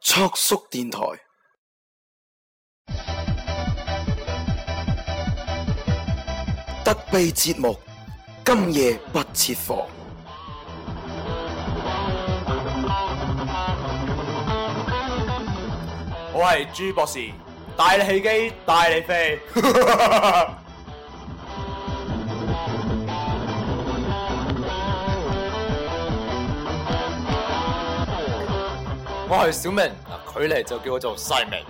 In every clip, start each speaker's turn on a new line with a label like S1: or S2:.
S1: 速叔電台。特備節目，今夜不設防。
S2: 我係朱博士，帶你起機，帶你飛。 我係小明，嗱佢嚟就叫我做細明。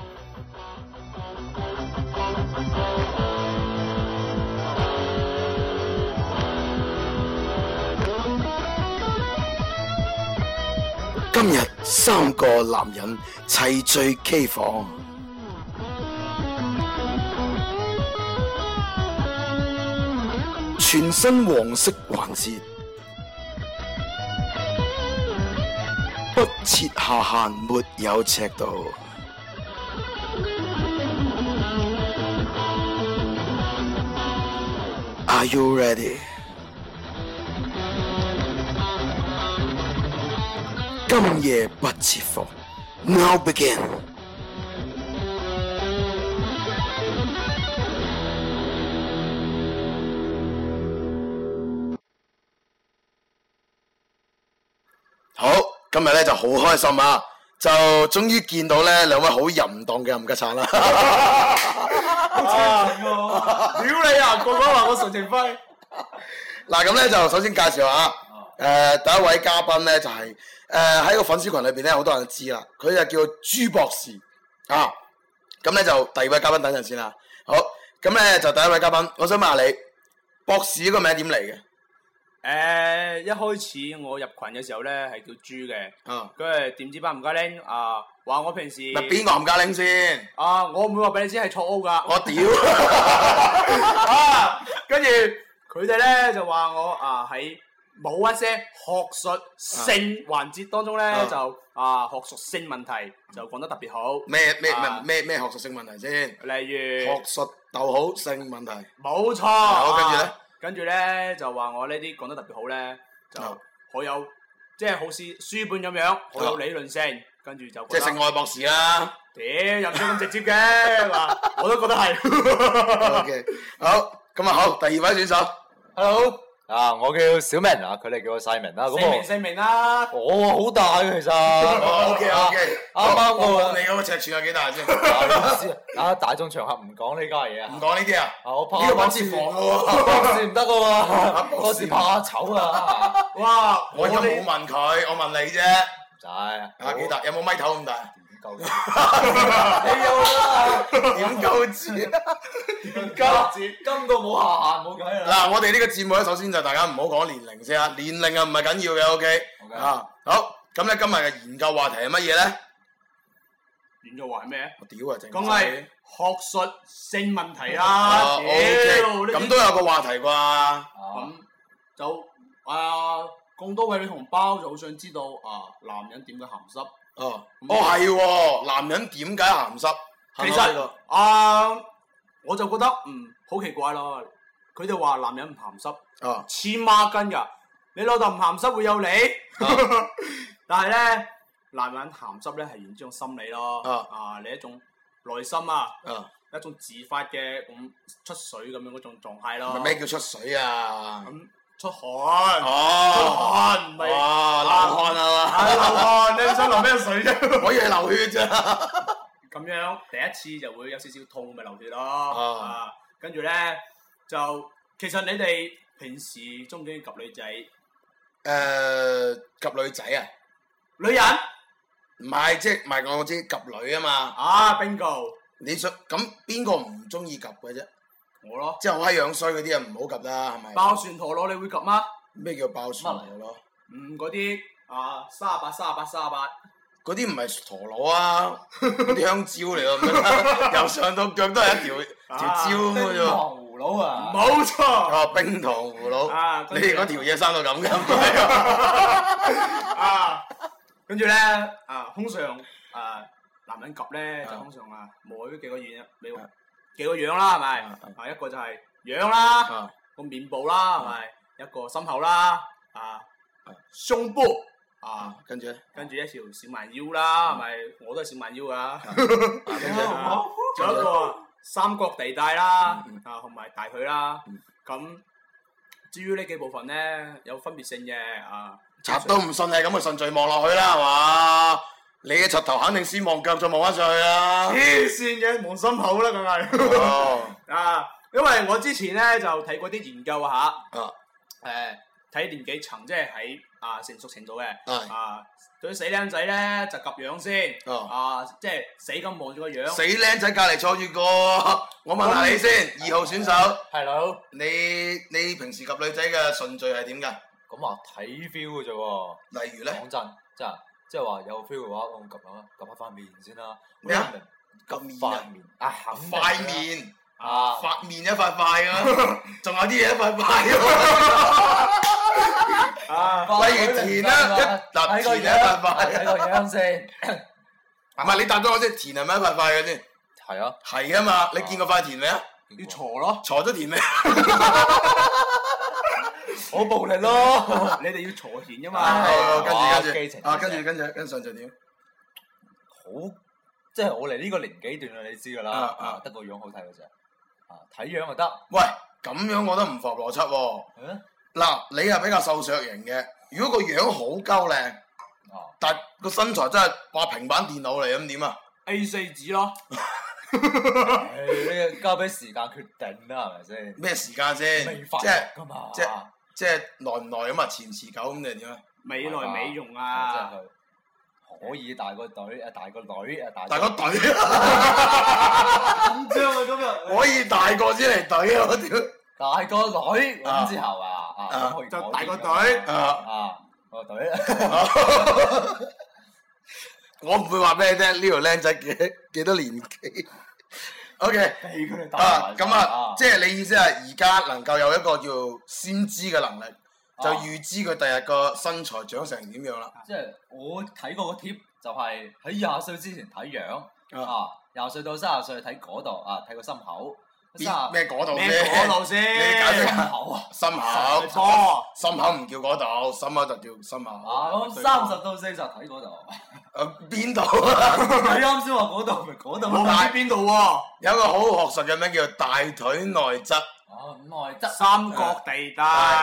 S1: 今日三個男人齊聚 K 房，全新黃色環節，不設下限，沒有尺度。Are you ready？今夜不設防，Now begin。好，今日咧就好開心啊！就終於見到咧兩位好淫蕩嘅冚家鏟啦！
S2: 啊屌你啊！個個話我純情輝。
S1: 嗱，咁咧就首先介紹下，誒、第一位嘉賓咧就係誒喺個粉絲群裏邊咧，好多人都知啦，佢就叫朱博士啊。咁咧就第二位嘉賓等陣先啦。好，咁咧就第一位嘉賓，我想問下你，博士呢個名點嚟嘅？
S2: 誒、一開始我入群嘅時候咧係叫朱嘅，
S1: 啊，
S2: 佢係點知班唔家僆啊話我平時
S1: 咪邊個冚家拎先？
S2: 啊，我唔會話俾你知係錯 O 噶。
S1: 我屌！
S2: 啊，跟住佢哋咧就話我啊喺某一些學術性環節當中咧、
S1: 啊
S2: 就啊學術性問題就講得特別好，
S1: 咩咩
S2: 啊
S1: 咩咩咩學術性問題先？
S2: 例
S1: 學
S2: 如
S1: 術逗好性問題。
S2: 冇錯，
S1: 好跟住咧
S2: 啊跟住咧就話我呢啲講得特別好咧就
S1: 啊
S2: 好有即係好似書本咁樣，好有
S1: 啊
S2: 理論性，跟住就
S1: 即
S2: 覺得
S1: 係性愛博士啦。
S2: 屌又唔使咁直 接嘅，話我都覺得係。
S1: OK，好，咁啊好，第二位選手，
S2: Hello，
S3: 啊，我叫小明啊，佢哋叫我細明啦。
S2: 四明
S3: 咁
S2: 四明啦。
S3: 我我好大 嘅其實。O
S1: 哦
S3: 啊
S1: OK OK，
S3: 啱啱我
S1: 你嗰個尺寸有幾大先？
S3: 啊，大眾場合唔講呢家嘢
S1: 唔
S3: 啊。
S1: 講呢啲啊，
S3: 啊，我怕
S1: 呢個揾私房啊嘅喎。
S3: 博士唔得噶 嘛，
S1: 博士
S3: 博士怕醜啊。
S2: 哇！
S1: 我
S2: 我
S1: 又冇
S2: 哋
S1: 問佢，我問你啫。
S3: 唔使啊
S1: 啊，幾？大？有冇米頭咁大？
S3: 唔夠哎
S1: 你有
S3: 啊
S1: 啦，點夠知？
S3: 今字今個冇下限冇計啊啦。
S1: 嗱，我哋呢個節目咧，首先就大家唔好講年齡先啊，年齡啊唔係緊要嘅，OK。
S3: OK
S1: 啊，好，咁咧今日嘅研究話題係乜嘢咧？
S2: 原咗話係咩？
S1: 我屌啊，正
S2: 梗係
S1: 係。
S2: 學術性問題
S1: 啊
S2: 啦。
S1: ，OK，
S2: 屌呢啲
S1: 咁都有個話題啩？
S3: 啊
S2: 咁就啊，咁多位女同胞就好想知道啊，男人點解鹹濕？
S1: 哦，哦係喎，男人點解鹹濕？
S2: 其
S1: 係咪呢
S2: 實
S1: 個
S2: 啊，我就覺得嗯好奇怪咯。佢哋話男人唔鹹濕，
S1: 哦，
S2: 黐孖筋㗎。你老豆唔鹹濕會有你，
S1: 啊
S2: 但係咧男人鹹濕咧係源自一種心理咯。
S1: 啊
S2: 啊，你一種內心啊。
S1: 啊，
S2: 一種自發嘅咁出水咁樣嗰種狀態咯。
S1: 咪咩叫出水啊？
S2: 咁出汗？出
S1: 哦，
S2: 汗唔
S1: 哇，
S2: 係啊
S1: 流汗啊
S2: 流汗，你想流咩水啫？
S1: 嘛，我以為流血啫。
S2: 咁樣第一次就會有少少痛，咪流血咯。
S1: 啊
S2: 啊，跟住咧就其實你哋平時中唔中意及女仔？
S1: 誒，及女仔啊？
S2: 女人
S1: 唔係，即係唔係我知及女啊嘛。
S2: 啊，bingo，
S1: 你想咁邊個唔中意及嘅啫？
S2: 我咯，
S1: 即係好閪樣衰嗰啲啊，唔好及啦，係咪？
S2: 爆旋陀螺你會及嗎？
S1: 咩叫爆旋陀螺？
S2: 嗯，嗰啲啊，三十八、三十八、三十八，
S1: 嗰啲唔係陀螺啊，嗰啲香蕉嚟 㗎，由上到腳都係一條條蕉咁嘅啫喎。
S3: 葫蘆啊！
S2: 冇錯。
S1: 哦，啊冰糖葫蘆，
S2: 啊
S1: 你
S2: 跟住
S1: 哋嗰條嘢生到咁嘅，
S2: 啊，跟住咧啊，通常啊，男人及咧就
S1: 啊
S2: 通常啊，冇呢幾個樣，你話幾個樣啦，係咪
S1: 啊啊？
S2: 啊，一個就係樣啦，
S1: 啊
S2: à. 個面部啦，係咪？一個心口啦，啊，胸部啊，
S1: 跟住咧，
S2: 跟住一條小蠻腰啦，係咪？我都係小蠻腰 噶。
S1: 啊跟住呢
S2: 啊仲有一個啊三角地帶啦，啊同埋大佢啦
S1: 嗯。
S2: 咁至於呢幾部分咧，有分別性嘅啊。
S1: 插都唔信係咁嘅順序望落去啦，係嘛？你嘅插頭肯定先望腳，再望翻上去啦。
S2: 黐線嘅，望心口啦，梗係。
S1: 哦，
S2: 啊，因為我之前咧就睇過啲研究下，
S1: 啊，
S2: 誒睇年紀層，即係喺啊成熟程度嘅。
S1: 係
S2: 啊，對於死僆仔咧就及樣先，
S1: 哦
S2: 啊即係死咁望住個
S1: 死
S2: 樣。
S1: 僆仔隔離坐住個， 我問下你先，二號選手，
S3: 係佬，
S1: 你你平時及女仔嘅順序係點㗎？
S3: 咁啊睇 feel 嘅啫喎。
S1: 例如咧，
S3: 講真，真係即係話有 feel 嘅話，我撳下撳下塊面先啦。
S1: 咩啊
S3: 明？
S1: 及面啊
S3: 塊面啊，肯定啦
S1: 塊面。
S3: 啊，
S1: 發面一塊塊咁， 仲有啲嘢一塊塊
S2: 啊，
S1: 咁，例如田啦，一嗱
S3: 睇個
S1: 田一
S3: 樣
S1: 塊
S3: 睇個
S1: 塊，
S3: 樣先。
S1: 唔係你答咗我先，田係咪一塊塊嘅先？
S3: 係啊，
S1: 係啊嘛，你見過塊田未啊？
S2: 哦要坐咯，
S1: 坐咗田未？
S3: 好暴力咯。
S2: 你哋要坐顯㗎
S3: 啊
S2: 嘛。
S1: 哦
S3: 哇
S1: 跟
S3: 基
S1: 住跟
S3: 情
S1: 住啊，跟住跟住跟上就點？
S3: 好，即係我嚟呢個年紀段啦，你知㗎啦，
S1: 啊啊
S3: 啊得個樣好睇嘅啫，啊睇樣就得，
S1: 喂，咁樣我都唔符合邏輯喎。
S3: 係咩
S1: 嗱，你係比較瘦削型嘅，如果個樣好鳩靚，
S3: 啊
S1: 但個身材真係話平板電腦嚟咁點啊？
S2: A 四紙咯，
S3: 唉呢個交俾時間決定啦，係咪先？
S1: 咩時間先？
S3: 未
S1: 即
S3: 發
S1: 係
S3: 育㗎嘛，
S1: 即係即係耐唔耐咁啊？前持久咁定係點啊？
S2: 美來美容
S3: 啊
S2: 啊，
S3: 真係佢可以大個隊啊，大個女啊，大
S1: 大哥隊。
S3: 緊張啊今日，
S1: 可以大個先嚟懟啊！我屌，
S3: 大個女咁之後啊，啊
S1: 啊
S3: 咁可以
S2: 就大
S3: 改
S2: 個
S3: 變㗎
S2: 隊
S3: 嘛
S1: 啊
S3: 啊個隊，
S1: 我唔會話俾你聽呢條僆仔幾幾多年紀。O K
S3: 俾佢哋打
S1: 啊，
S3: 埋
S1: 咁啊，即係你意思係而家能夠有一個叫先知嘅能力，就預知佢第日個身材長成點樣啦。
S3: 即係我睇過個貼，就係喺廿歲之前睇樣
S1: 啊
S3: 啊，廿歲到三十歲睇嗰度啊，睇個心口，
S1: 邊
S3: 三
S1: 咩嗰度
S2: 咩
S1: 先？
S2: 嗰度先？
S1: 你解釋
S3: 心口 啊，
S1: 心口，
S2: 錯，
S1: 心口唔叫嗰度，心口就叫心口。
S3: 啊咁三十到四十睇嗰度，
S1: 啊，邊度 啊？
S3: 你啱先話嗰度咪嗰度
S2: 我唔
S3: 咯，
S2: 知邊度喎，
S1: 有一個好好學術嘅名叫大腿內側，
S3: 哦內側
S2: 三角
S1: 係
S2: 地
S1: 咪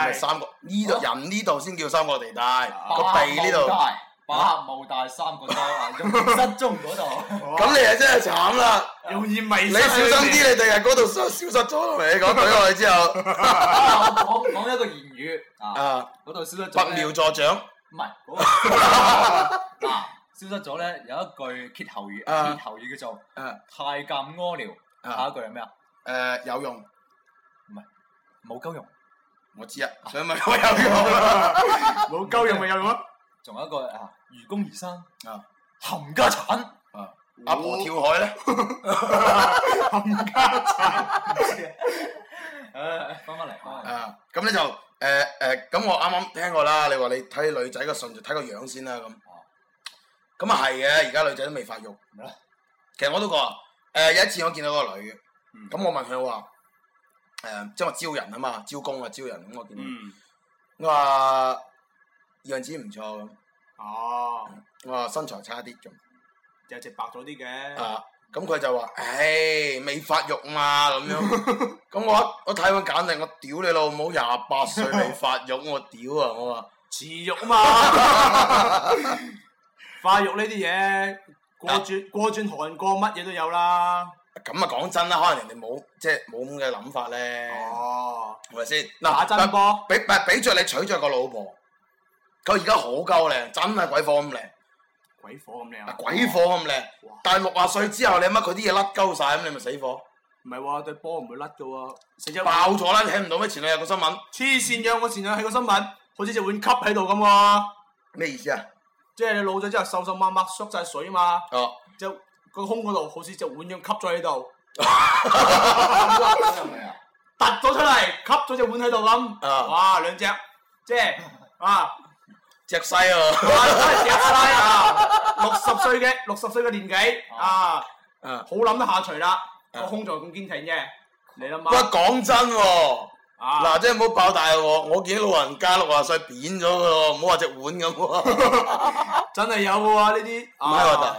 S2: 帶，
S1: 三角呢度人呢度先叫三角地帶，個
S3: 百
S1: 鼻呢
S3: 慕
S1: 度。
S3: 大百慕大三個州啊，用失蹤 嗰度，
S1: 咁你啊真係慘啦！
S2: 容易迷
S1: 你
S2: 失。
S1: 小心啲，你第日嗰度消消失咗，同你講懟落去之後，
S3: 啊我講講一個言語啊，
S1: 啊，
S3: 嗰度消失
S1: 白
S3: 咗咧
S1: 苗，助長，
S3: 唔係 嗰個嗱消失咗咧，有一句歇後語，
S1: 啊
S3: 歇後語叫做。
S1: 誒
S3: 太監屙尿，
S1: 啊
S3: 下一句係咩啊？
S1: 誒有用，
S3: 冇鳩用，
S1: 我知啊，所以咪我 有用啦。
S2: 冇鳩用咪有用咯。
S3: 仲有一個啊，愚公移山
S1: 啊，
S3: 冚家產，
S1: 阿婆跳海咧，
S3: 誒，翻返嚟，翻返嚟，
S1: 啊，咁咧就誒誒，咁我啱啱聽過啦，你話你睇女仔個順序睇個樣先啦，咁
S3: 哦，
S1: 咁啊係嘅，而家女仔都未發育
S3: 咪咯，
S1: 其實我都覺啊，誒有一次我見到個女嘅，
S2: 嗯
S1: 咁我問佢我話誒，即係我招人啊嘛，招工啊招人，咁我見到
S2: 嗯，
S1: 我話樣子唔錯咁。
S2: 哦，
S1: 我話身材差啲咁，
S2: 有隻白咗啲
S3: 嗯
S2: 嘅，
S1: 啊，咁佢就話：，唉，未發育嘛，咁樣。 咁我一我睇佢簡歷，我屌你老母，廿八歲未發育，我屌啊！我話
S2: 恥辱啊 嘛。化育呢啲嘢，過轉過轉韓國乜嘢都有啦。
S1: 咁啊，講真啦，可能人哋冇即係冇咁嘅諗法咧，
S2: 哦，
S1: 係咪先？
S2: 打
S1: 嗱，
S2: 真波，
S1: 俾俾俾着你娶着個老婆，佢而家好鳩靚，真係鬼火咁靚，
S2: 鬼火咁
S1: 啊
S2: 靚。
S1: 鬼火咁靚
S2: 哇。
S1: 但係六啊歲之後，你乜佢啲嘢甩鳩晒，咁你咪死火，
S2: 唔係喎，對波唔會甩嘅喎，成隻
S1: 爆咗啦！你睇唔到咩？前兩日個新聞
S2: 黐線嘅，我前兩日睇個新聞，好似隻碗吸喺度咁喎。
S1: 咩意思啊？
S2: 即係你老咗之後瘦瘦掹掹縮晒水嘛，
S1: 哦。
S2: 就個胸嗰度好似隻碗咁吸咗喺度，
S3: 咁樣啊，
S2: 突咗出嚟，吸咗隻碗喺度咁，
S1: 啊
S2: 哇兩隻，即係啊，
S1: 隻西啊！
S2: 哇真係隻曬啊！六十歲嘅六十歲嘅年紀啊，
S1: 啊，
S2: 好諗得下垂啦，
S1: 啊
S2: 個胸就咁堅挺嘅，你
S1: 喂，
S2: 諗下，
S1: 講真喎，
S2: 啊，
S1: 嗱，即係唔好爆大鑊，我見啲老人家六啊歲扁咗佢喎，唔好話隻碗咁 喎，
S2: 真係有嘅喎呢啲，
S1: 唔
S2: 唔
S1: 係話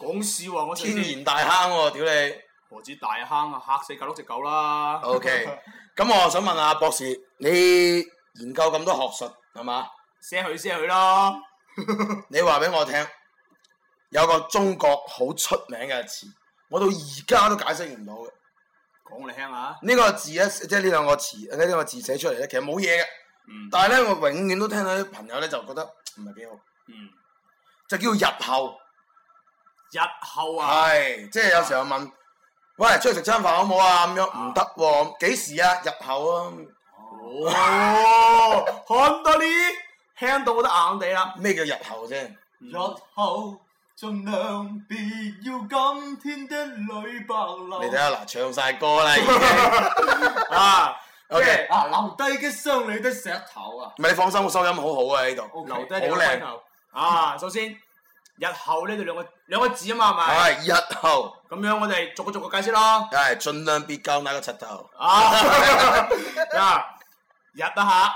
S2: 講笑啊！我
S1: 天
S2: 先
S1: 然大坑喎，屌你！
S2: 何止大坑啊，嚇死隔碌只狗啦！
S1: OK，咁我想問下博士，你研究咁多學術係嘛？
S2: 些佢些佢咯，
S1: 你話俾我聽，有個中國好出名嘅詞，我到而家都解釋唔到嘅。
S2: 講嚟聽啊下。
S1: 呢、個字咧，即係呢兩個詞，呢兩個字寫出嚟咧，其實冇嘢嘅。
S2: 嗯
S1: 但係咧，我永遠都聽到啲朋友咧就覺得唔係幾好，
S2: 嗯，
S1: 就叫日後。
S2: 日後啊，
S1: 係，即係有時候問，喂，出去食餐飯好唔好啊？咁樣
S2: 啊
S1: 唔得喎，幾時啊？日後啊？
S2: 哦，看到呢，聽到我都硬地啦。
S1: 咩叫日後啫？
S2: 嗯
S3: 日後盡量別要今天的淚白流。
S1: 你睇下嗱，唱晒歌啦已經。
S2: 啊，即
S1: OK
S2: 係
S3: 啊，留低的傷你的石頭啊。
S1: 唔係你放心，我收音好好啊喺度。
S3: OK，
S2: 留低
S1: 好
S2: 你個
S1: 靚
S2: 開頭。啊，首先日後呢度兩個兩個字啊嘛，係咪？
S1: 係日後，
S2: 咁樣我哋逐個逐個解釋咯。
S1: 係盡量別教那個柒頭。
S2: 啊， 嗱，日啊
S1: 啊
S2: 下，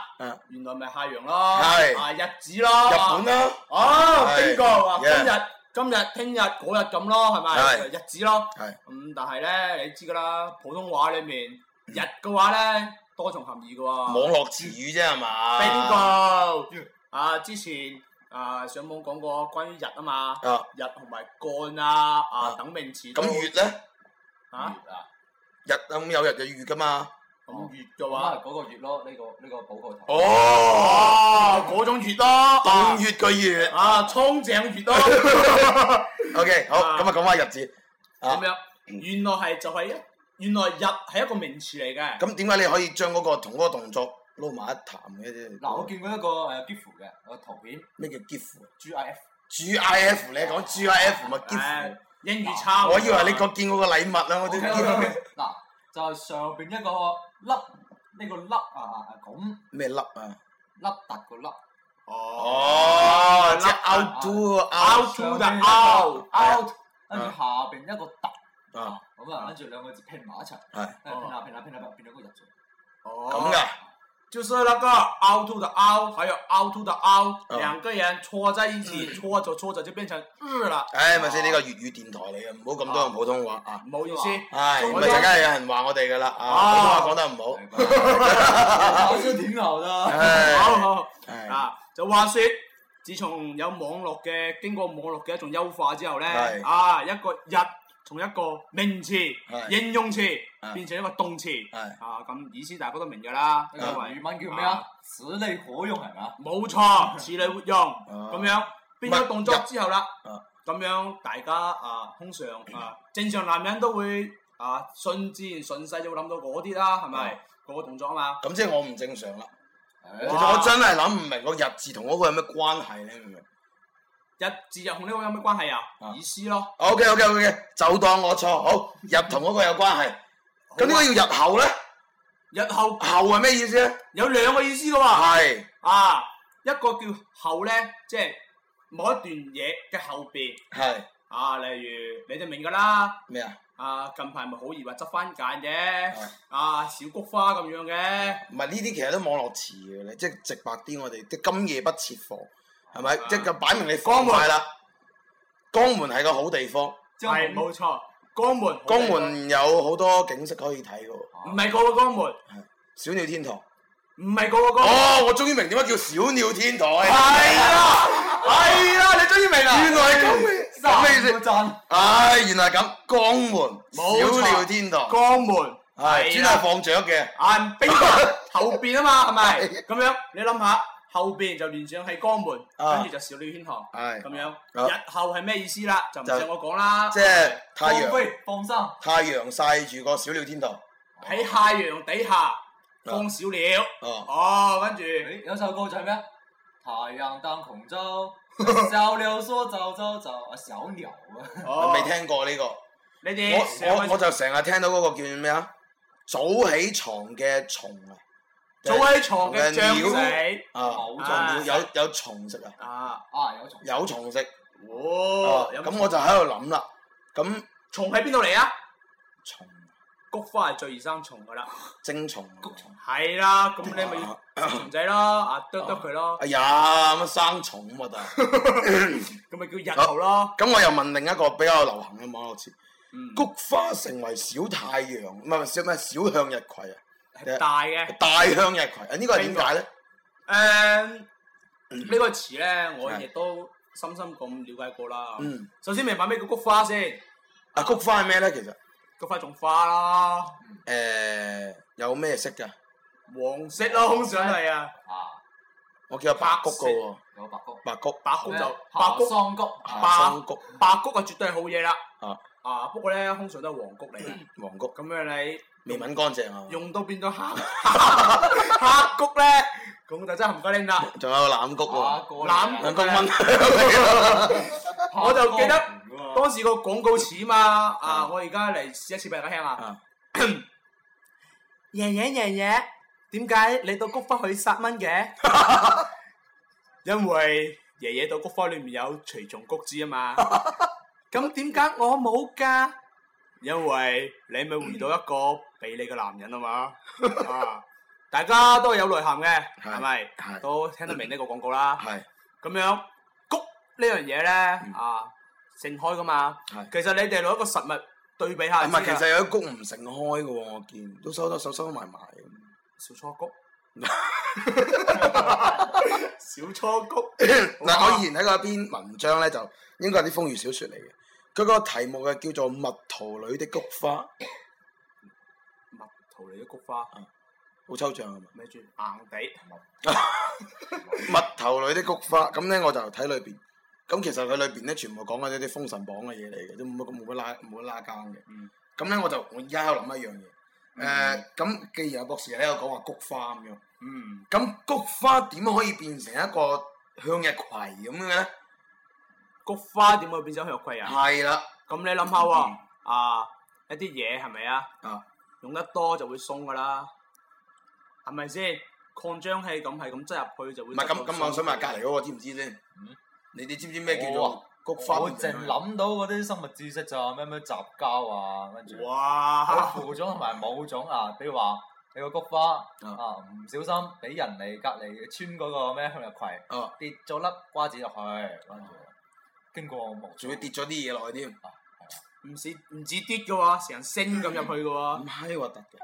S2: 原來咪太陽咯，
S1: 係
S2: 啊日子咯，
S1: 日本啦，
S2: 哦
S1: 係
S2: bingo 啊，今
S1: Yeah
S2: 日今日聽日嗰日咁咯，係咪？
S1: 係
S2: 日子咯。
S1: 係
S2: 咁但係咧，你知㗎啦，普通話裡面日嘅話咧多重含義嘅
S1: 網
S2: 喎。
S1: 絡詞語啫係嘛？
S2: bingo 啊，之前啊上網講過關於日啊嘛，
S1: 啊，
S2: 日同埋干啊啊
S1: 啊
S2: 等名詞都。
S1: 咁月咧，
S2: 啊，
S1: 日咁有日就月噶嘛。
S2: 咁月嘅
S3: 哦
S2: 話，
S3: 月啊，咁啊，嗰個月咯，呢個-呢個補個頭。
S1: 哦，
S2: 哦嗰種月咯，啊
S1: 洞月個月。
S2: 啊蒼井月咯，
S1: OK，好，
S2: 啊
S1: 咁啊講翻日子。啊
S2: 咁樣原來係就係一原來日係一個名詞嚟嘅。
S1: 咁點解你可以將嗰個同嗰個動作撈埋一談嘅啫？
S3: 嗱，我見過一個，誒，GIF嘅，個圖片，GIF
S1: 咩叫 GIF 啊？GIF 你講 GIF 咪 GIF？
S2: 唉啊英語差唔多，
S1: 我以為你講見嗰個禮物啦，我啲
S3: OK，OK，OK，嗱，就係上邊一個粒，呢個粒啊，啊，啊，咁，粒突個粒，
S1: 咩粒啊？
S2: 哦
S1: 哦，即係啊 out to
S2: 啊
S1: out
S2: out to the
S3: 上邊一
S1: 啊。
S2: out
S3: 個 out，跟住下邊一個突，咁啊，
S2: 哦
S1: 啊，
S3: 跟住兩個字拼埋一齊，
S1: 係
S3: 拼下拼下拼下拼下，變咗個日字。
S2: 哦
S1: 咁噶。
S2: 就是那個 out to the out，還有 out to the out，
S1: 嗯
S2: 兩個人搓在一起，搓着搓着就變成日啦。
S1: 唉，咪先呢個粵語電台嚟嘅，唔好咁多用普通話啊！
S2: 唔好意思，
S1: 唉，
S2: 中
S1: 咪
S2: 國
S1: 陣間有人話我哋噶啦啊！
S2: 啊
S1: 普通話講得唔好，啊
S3: 我是挺好 的。
S1: 唉，
S2: 好好
S1: 唉
S2: 啊，就話說，自從有網絡嘅經過網絡嘅一種優化之後咧，
S1: 係
S2: 啊一個日從一個名詞、
S1: 係
S2: 形容詞
S1: 係
S2: 變成一個動詞，
S1: 係
S2: 啊咁意思大家都明㗎啦，
S3: 呢
S2: 因
S3: 個
S2: 為
S3: 粵文叫咩啊？此類活用係咪啊？
S2: 冇錯，此類活用咁樣變咗動作之後啦
S1: 啊，
S2: 咁樣大家啊，通常啊，正常男人都會啊，順自然順勢就會諗到嗰啲啦，係咪
S1: 啊
S2: 嗰個動作啊嘛？
S1: 咁即係我唔正常啦。其
S2: 哇
S1: 實我真係諗唔明個日字同嗰個有咩關係咧？明唔明
S2: 日字日同呢個有咩關係
S1: 啊
S2: 啊？意思咯，
S1: ？OK OK OK，就當我錯，好日同嗰個有關係。咁呢
S2: 好啊
S1: 個要日後咧，
S2: 日後
S1: 後係咩意思咧？
S2: 有兩個意思噶喎，
S1: 係
S2: 啊，一個叫後咧，即係某一段嘢嘅後邊
S1: 係
S2: 啊，例如你哋明噶啦。
S1: 咩啊？
S2: 啊，近排咪好易話執番梘嘅
S1: 係，
S2: 啊小菊花咁樣嘅，
S1: 唔係呢啲其實都網絡詞嘅咧，即係直白啲，我哋即係今夜不設防，係咪？
S2: 啊
S1: 即係就擺明你放
S2: 江門
S1: 埋啦。江門係個好地方，
S3: 將
S2: 係冇錯，江門好地
S1: 江
S2: 方，
S1: 門有好多景色可以睇嘅喎。
S2: 唔係個個江門，
S1: 小鳥天堂。
S2: 唔係個個江門，
S1: 哦，我終於明點解叫小鳥天台。
S2: 係啦，係啦，你終於明啦，
S1: 啊原來係咁嘅，咁嘅意
S3: 三個
S1: 思。
S3: 讚。
S1: 唉，原來係咁，江門
S2: 冇
S1: 小
S2: 錯
S1: 鳥天堂，
S2: 江門
S1: 係專係放雀嘅。
S2: 啊冰棍後邊啊嘛，係咪
S1: 係
S2: 咁樣？你諗下後邊就聯想係江門，
S1: 啊
S2: 跟住就小鳥天堂咁
S1: 係，
S2: 樣，日後係咩意思啦？就唔使
S1: 就
S2: 我講啦，
S1: 即係太
S3: 放
S1: 陽，
S3: 飛放生。
S1: 太陽曬住個小鳥天堂。
S2: 喺太陽底下放小鳥，
S1: 哦，
S2: 哦，跟住
S3: 誒有首歌就係咩啊？太陽當 空中，小鳥說走走走啊，小鳥啊。
S2: 哦，
S1: 未聽過呢個。
S2: 呢
S1: 我
S2: 啲
S1: 我我就成日聽到嗰個叫咩啊？早起床嘅蟲啊，
S2: 早喺床嘅將
S1: 鳥
S2: 仔
S1: 啊，
S3: 冇
S1: 蟲鳥
S2: 錯
S1: 有有蟲食啊，
S2: 啊，
S3: 啊，有蟲。
S1: 有蟲食。
S2: 哦
S1: 哦，，
S2: 有
S1: 咁我就喺度諗啦，咁
S2: 蟲喺邊度嚟啊？
S1: 蟲
S2: 菊花係最易生蟲噶啦，
S1: 精蟲。啊
S2: 係啦，咁你咪要蟲仔咯，啊剁剁佢咯，
S1: 哎呀，乜生蟲啊咁核突。
S2: 咁咪叫日頭咯，
S1: 咁我又問另一個比較流行嘅網絡詞，
S2: 嗯，
S1: 菊花成為小太陽，唔係唔係小咩小向日葵啊，
S2: 係大嘅。
S1: 大向日葵啊，呢個係點解咧？
S2: 誒呢個詞咧，我亦都深深咁了解過啦。
S1: 嗯，
S2: 首先明白咩叫菊花先，
S1: 啊菊花係咩咧？其實
S2: 菊花種花啦，
S1: 誒有咩色㗎？
S2: 黃色咯，
S1: 哦
S2: 通常係啊，
S3: 啊，
S1: 我見有白菊嘅喎，
S3: 有白菊，
S1: 白菊、
S2: 白菊哦就白
S3: 白
S2: 菊
S3: 菊、桑菊，
S1: 啊生菊、
S2: 白菊啊，絕對係好嘢啦。
S1: 啊
S2: 啊，不過咧，通常都係黃菊嚟嘅，
S1: 黃菊，
S2: 咁樣
S1: 未揾乾淨啊
S2: 你！用到變咗 黑黑菊咧，咁就真係唔該拎啦。
S1: 仲有攬菊
S2: 哦
S1: 喎，
S2: 攬
S1: 兩公蚊。
S2: 我就記得
S3: 當
S2: 當時個廣告詞嘛，啊，
S1: 啊
S2: 我而家嚟試一次俾大家聽啊。
S1: 啊
S2: 爺爺爺爺，點解你到菊花去殺蚊嘅？因為爺爺到菊花裏面有除蟲菊酯啊嘛。咁點解我冇㗎？因為你咪遇到一個比你嘅男人啊嘛。啊，大家都係有內涵嘅，
S1: 係
S2: 係咪？
S1: 係
S2: 都聽得明呢個廣告啦。
S1: 啊係
S2: 咁樣谷呢樣嘢咧啊，盛開噶嘛。
S1: 係。
S2: 其實你哋攞一個實物對比下
S1: 唔係，其
S2: 先啊
S1: 實有啲菊唔盛開嘅喎，我見都收得手收埋埋嘅。
S2: 啊小初 谷，小初谷，
S1: 嗱，我以前睇過一篇文章咧，就應該係啲風雨小説嚟嘅。佢個題目啊嘅叫做《蜜桃裏的菊花》，
S2: 蜜桃嚟嘅菊花，
S1: 好抽象啊嘛。
S2: 咪住硬地，
S1: 蜜桃裏的菊花，咁咧我就睇裏邊。咁其實佢裏邊咧全部講緊一啲封神榜嘅嘢嚟嘅，都冇乜冇乜拉冇乜拉更嘅
S2: 嗯。
S1: 咁咧我就我而家喺度諗一樣嘢。誒，咁既然阿博士喺度講話菊花咁樣，
S2: 嗯，
S1: 咁菊花點可以變成一個向日葵咁樣嘅咧？
S2: 菊花點會變咗向日葵啊？
S1: 係啦，
S2: 咁你諗下喎，啊，一啲嘢係咪啊？
S1: 啊，
S2: 用得多就會鬆噶啦，係咪先？擴張器咁係咁擠入去就會
S1: 唔係咁
S2: 擠
S1: 咁，
S2: 到
S1: 我想
S2: 鬆
S1: 問隔離嗰個知唔知先？你哋知唔知咩叫
S3: 我
S1: 做菊花
S3: 我
S1: 變成
S3: 淨
S1: 向日葵？
S3: 諗到嗰啲生物知識咋，咩咩雜交啊，跟住佢
S2: 哇！
S3: 父種同埋母種啊，比如話你個菊花
S1: 啊
S3: 啊，唔小心俾人哋隔離穿嗰個咩向日葵
S1: 哦，
S3: 跌咗粒瓜子入去，跟
S2: 哦
S3: 住經過無
S1: 仲要
S3: 數
S1: 跌咗啲嘢落去添，
S2: 唔止唔止跌嘅喎，成升咁入去嘅喎，
S1: 咁閪核突嘅。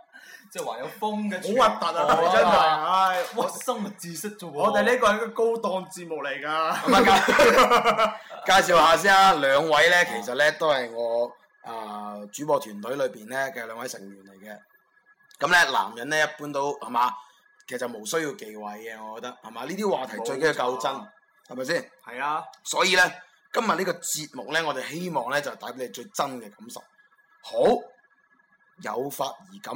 S3: 即係話有風嘅
S2: 好核突啊！佢哋真係，
S3: 哦
S2: 唉，
S3: 哇！
S2: 我
S3: 生物知識啫喎，
S2: 我哋呢個係一個高檔節目嚟㗎。
S1: 咁啊，介 介紹下先啊，兩位咧其實咧都係我啊、主播團隊裏邊咧嘅兩位成員嚟嘅。咁咧男人咧一般都係嘛，其實無需要忌諱嘅，我覺得係嘛？呢 啲話題最緊要
S2: 冇
S1: 鬥爭
S2: 錯，
S1: 係咪先？
S2: 係啊，
S1: 所以咧今日呢個節目咧，我哋希望咧就帶俾你最真嘅感受。好，有法而感，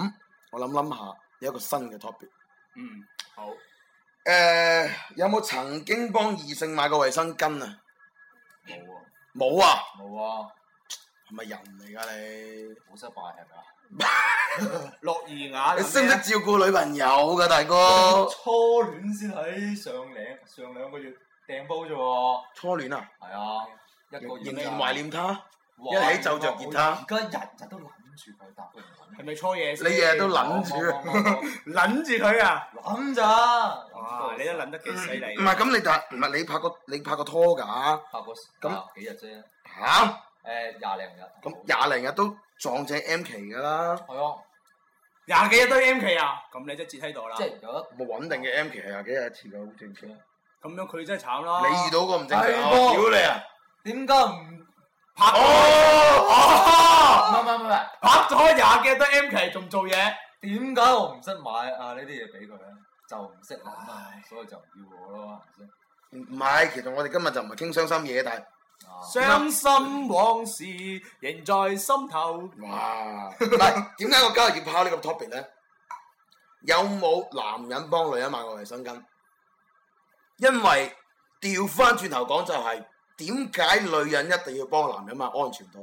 S1: 我諗諗下有一個新嘅 topic。
S2: 嗯，好，
S1: 誒、有冇曾經幫異性買過衛生巾啊？
S3: 冇喎，
S1: 冇啊！
S3: 冇啊，
S1: 係咪人嚟㗎你？
S3: 好失敗係咪啊？
S2: 落兒眼，
S1: 你識唔識照顧女朋友㗎，大哥？
S3: 初戀先喺上兩上兩個月掟煲啫喎，
S1: 初戀啊，
S3: 係啊，一個月
S1: 仍然懷念他，
S3: 哇
S1: 一起奏着吉他
S3: 我而家日日都諗住佢，但係佢唔揾
S2: 係咪初夜
S1: 你
S2: 先？
S1: 日日都諗住。
S3: 住
S2: 諗住佢啊！
S3: 諗咋？
S2: 哇，你都諗得幾犀利。
S1: 啊
S2: 啊
S1: 唔係咁，你但唔係你拍過你拍過拖㗎
S3: 拍過
S1: 咁
S3: 咁幾日啫，
S1: 吓？
S3: 誒廿零日。
S1: 咁廿零日都撞正 M 期㗎啦，
S3: 係啊，
S2: 廿幾日都 M 期啊！咁你真係截喺度啦
S3: 即。係有得
S1: 冇穩定嘅 M 期係廿幾日一次㗎，好正常。
S2: 咁樣佢真係慘啦。
S1: 你遇到個唔正常，哦
S3: 係喎
S1: 我屌你啊！
S3: 點解唔
S2: 拍
S3: 唔
S1: 哦
S3: 係唔係唔係？
S2: 拍咗廿幾日都 M 期，仲做嘢？
S3: 點解我唔識買啊呢啲嘢俾佢咧？就唔識諗啊，所以就唔要我咯，係
S1: 唔
S3: 咪
S1: 唔係，其實我哋今日就唔係傾傷心嘢，但係
S3: 先？啊，
S2: 傷心往事仍在心頭。
S1: 哇！唔係點解我今日要拋呢個 topic 咧？有冇男人幫女人買過衛生巾？因為調翻轉頭講就係點解女人一定要幫男人買安全套？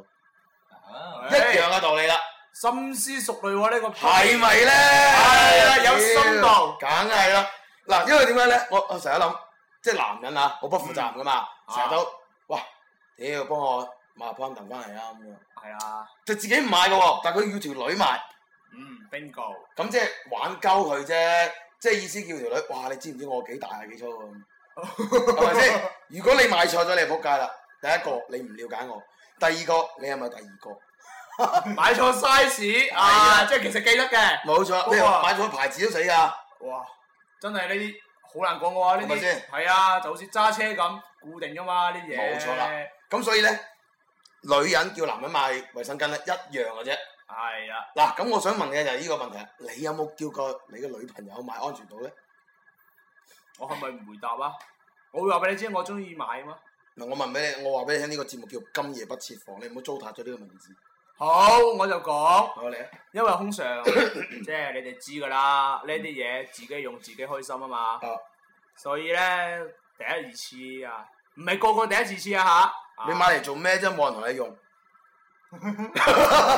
S3: 啊
S1: 一樣嘅道理啦，
S2: 深思熟慮喎呢個。
S1: 係咪咧？
S2: 係啊有深度
S1: 梗係啦。嗱，因為點解咧？我我成日諗，即係男人啊，好不負責任噶嘛，
S2: 嗯
S1: 成日都哇，屌幫我買個 condom 翻嚟啊咁樣，
S2: 係啊。
S1: 就自己唔買嘅喎，但係佢要條女買。
S2: 嗯，bingo，
S1: 咁即係玩鳩佢啫，即係意思叫條女，哇！你知唔知我幾大啊幾粗啊咁，係咪 先？如果你買錯咗，你係撲街啦。第一個你唔了解我，第二個你係咪第二個？
S2: 買錯 size
S1: 係啊
S2: 啊，即係其實記得嘅。
S1: 冇錯，你
S2: 哇
S1: 買錯牌子都死㗎。
S2: 哇，真係呢啲好難講嘅喎，
S1: 係
S2: 呢
S1: 咪
S2: 啲
S1: 先
S2: 係啊，就好似揸車咁固定噶嘛呢啲嘢。
S1: 冇錯啦。咁所以咧，女人叫男人買衛生巾咧一樣嘅啫。
S2: 係啊啦，
S1: 嗱，咁我想問嘅就係呢個問題啦，你有冇叫過你嘅女朋友買安全套咧？
S2: 我係咪唔回答啊？我會話俾你知，我中意買啊嘛。
S1: 嗱，我問俾你，我話俾你聽，呢個節目叫今夜不設防，你唔好糟蹋咗呢個名字。
S2: 好，我就講，
S1: 好嚟啊！
S2: 因為通 常即係你哋知噶啦，呢啲嘢自己用自己開心啊嘛。
S1: 啊
S2: 所以咧，第一二次啊，唔係個個第一次次啊吓。
S1: 你買嚟做咩啫？冇人同你用。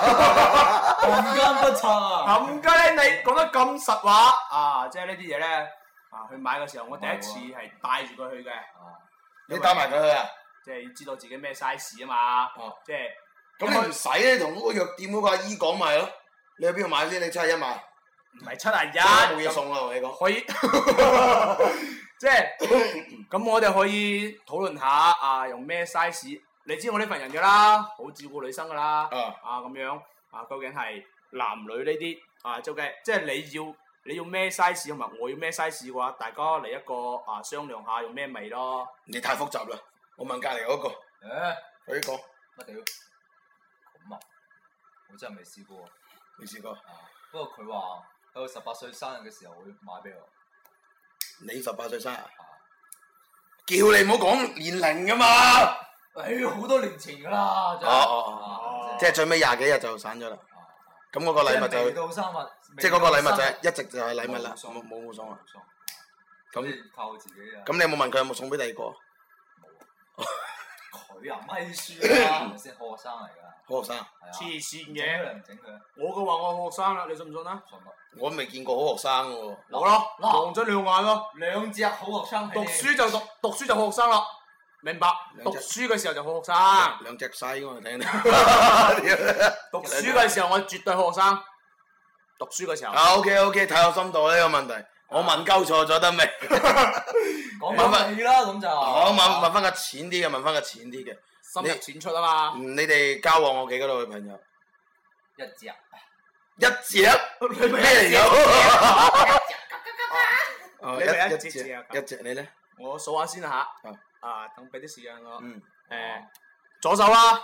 S3: 行奸不察啊！
S2: 冚家咧，你講得咁實話啊！即係呢啲嘢咧，啊去買嘅時候，我第一次係帶住佢去嘅，
S3: 啊
S1: 你帶埋佢去啊？
S2: 即係要知道自己咩 size 啊嘛。
S1: 哦
S2: 即係
S1: 咁
S3: 啊
S1: 你唔使咧，同嗰個藥店嗰個阿姨講埋咯。你去邊度買先？你七廿一買，
S2: 唔係七啊一
S1: 哦冇嘢送啦，同你講。
S2: 可以， 即係咁我哋可以討論下啊，用咩 size？你知我呢份人㗎啦，好照顧女生㗎啦。
S1: 啊，
S2: 啊咁樣啊，究竟係男女呢啲啊，就嘅即係你要你要咩 size 同埋我要咩 size 嘅話，大家嚟一個啊商量下用咩味咯。
S1: 你太複雜啦。我問隔離嗰個，
S3: 誒，
S1: 佢講
S3: 乜屌？咁啊，我真係未試過
S1: 未試過。
S3: 啊！不過佢話喺我十八歲生日嘅時候會買俾我。
S1: 你十八歲生日，
S3: 啊
S1: 叫你唔好講年齡噶嘛。
S3: 哦誒，好多年前㗎啦，真係
S1: 哦哦
S2: 哦
S3: 啊
S1: 即係最尾廿幾日就散咗啦。
S3: 啊啊
S1: 咁嗰個禮物
S3: 即係未
S1: 就，
S3: 到生日，
S1: 即係嗰個禮物就一直就係
S3: 未
S1: 禮
S3: 到
S1: 物啦，
S3: 生日
S1: 冇冇冇送啊。
S3: 送
S1: 咁
S3: 咁靠自己啊！
S1: 咁你有冇問佢有冇送俾第二個？
S3: 佢啊，咪輸啦，係咪先？好學生嚟㗎，
S1: 好學生，
S3: 係啊。
S2: 黐線
S3: 唔整
S2: 嘅，
S3: 佢，唔整佢，
S2: 我嘅話我學生啦，你信唔信啊？
S3: 信乜？
S1: 我都未見過好學生喎。
S2: 我咯，
S3: 嗱
S2: 望咗兩眼咯，
S3: 兩隻好學生喺
S2: 讀
S3: 你
S2: 書就讀，讀書就好學生啦。明白，
S1: 兩隻
S2: 讀書嘅時候就好學
S3: 啊
S2: 生，
S1: 兩隻西我聽。
S2: 讀書嘅時候我絕對好學生。讀書嘅時候，
S1: 啊，OK OK，睇我深度呢個問
S2: 啊
S1: 題，我問鳩錯咗得未？
S3: 講翻你啦，咁就
S2: 哦
S1: 我問問翻個淺啲嘅，問翻個淺啲嘅。
S2: 深入淺出啊嘛。
S1: 嗯你哋交往我幾個女朋友？
S3: 一隻，
S1: 一隻咩嚟㗎？哦
S2: 你咪一隻啊
S1: 一隻
S2: 隻
S1: 一隻你咧？
S2: 我數下先吓
S1: 嗯，
S2: 啊，等俾啲時間我。
S1: 嗯，
S2: 誒，左手啦，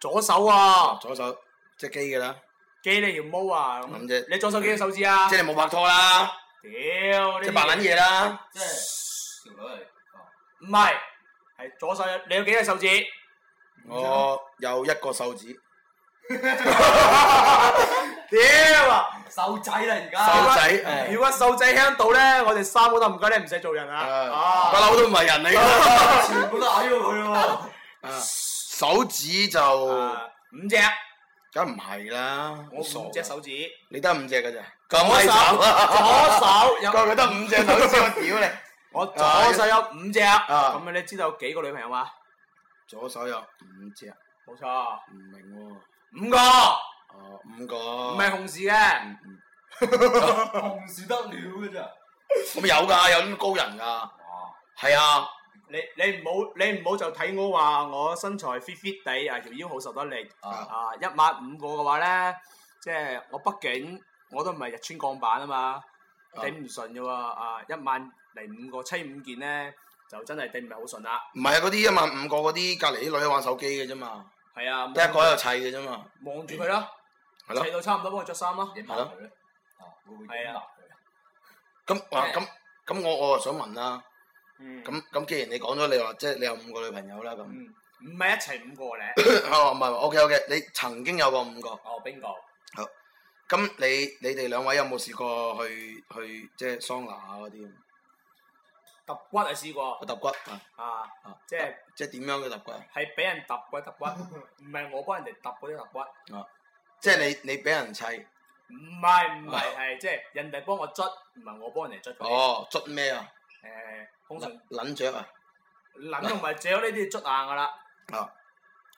S2: 左手啊，
S1: 哦左手隻機㗎啦，
S2: 機你條毛啊，
S1: 咁
S2: 咁
S1: 啫
S2: 你左手幾隻手指啊？
S1: 即係你冇拍拖啦，
S2: 屌，
S1: 即係
S2: 你
S1: 扮撚嘢啦。
S3: 即係條女嚟。
S2: 唔係，係左手有，你有幾隻手指？嗯
S1: 我有一個手指，
S2: 屌啊！
S3: 瘦仔啦而
S1: 手
S3: 家，
S1: 仔誒
S2: 如果瘦仔聽到咧，我哋三個都唔該你唔使做人啦。
S1: 啊不
S2: 啊，
S1: 嬲都唔係人嚟㗎。
S3: 全部都矮過佢喎。
S1: 啊手指就
S2: 啊五隻，
S1: 梗唔係啦，
S2: 我五隻 手指，
S1: 你得五隻㗎咋？咁
S2: 左
S1: 閪
S2: 手
S1: 慘啊！
S2: 左手有
S1: 我。覺得五隻手指，我屌你！
S2: 我左手有五隻，
S1: 啊
S2: 咁你知道有幾個女朋友嘛？
S1: 左手有五隻，
S2: 冇錯，
S1: 唔明喎。
S2: 五個，
S1: 哦，五個。
S2: 唔係紅事嘅。
S1: 嗯，嗯
S3: 同事得了嘅咋？
S1: 咁有㗎，有啲高人㗎。
S3: 哇！
S1: 係啊，
S2: 你你唔好你唔好就睇我話我身材 fit fit 地啊條腰好受得力
S1: 啊
S2: 啊一米五個嘅話咧，即係我畢竟我都唔係日穿鋼板啊嘛，
S1: 啊
S2: 頂唔順嘅喎啊一萬零五個妻五件咧就真係頂唔係好順啦，
S1: 唔係啊，嗰啲一萬五個嗰啲隔離啲女玩手機嘅啫嘛，
S2: 係啊，
S1: 得一個喺度砌嘅啫嘛。
S2: 望住佢啦，
S1: 係咯
S2: 砌到差唔多幫佢着衫啦，
S3: 影埋佢咧，啊會唔會影埋佢啊？
S1: 咁啊，咁咁我我啊想問啦，
S2: 嗯
S1: 咁咁既然你講咗你話即係你有五個女朋友啦，咁
S2: 嗯唔係一齊五個咧，
S1: 哦唔係 OK OK，你曾經有過五個，
S2: 哦 bingo，
S1: 咁你你哋兩位有冇試過去去即係桑拿啊嗰啲？
S2: 揼骨係試過
S1: 我揼骨啊
S2: 啊
S1: 啊，
S2: 即係。
S1: 即係點樣嘅揼骨啊？
S2: 係俾人揼嗰啲揼骨，唔係我幫人哋揼嗰啲揼骨，
S1: 即係你你俾人砌，
S2: 唔係唔係係即係人哋幫我捽，唔係我幫人哋捽嗰啲。
S1: 哦捽咩啊？
S2: 誒，通常
S1: 撚雀啊？
S2: 撚同埋嚼呢啲捽硬噶啦，
S1: 啊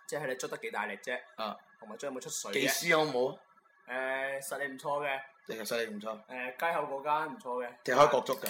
S2: 即係你捽得幾大力啫，
S1: 啊！
S2: 同埋捽有冇出水
S1: 技
S2: 啫。
S1: 師好唔好啊？
S2: 誒實力唔錯嘅，
S1: 其實實力唔錯，
S2: 誒街口嗰間唔錯嘅，
S1: 踢開國足嘅，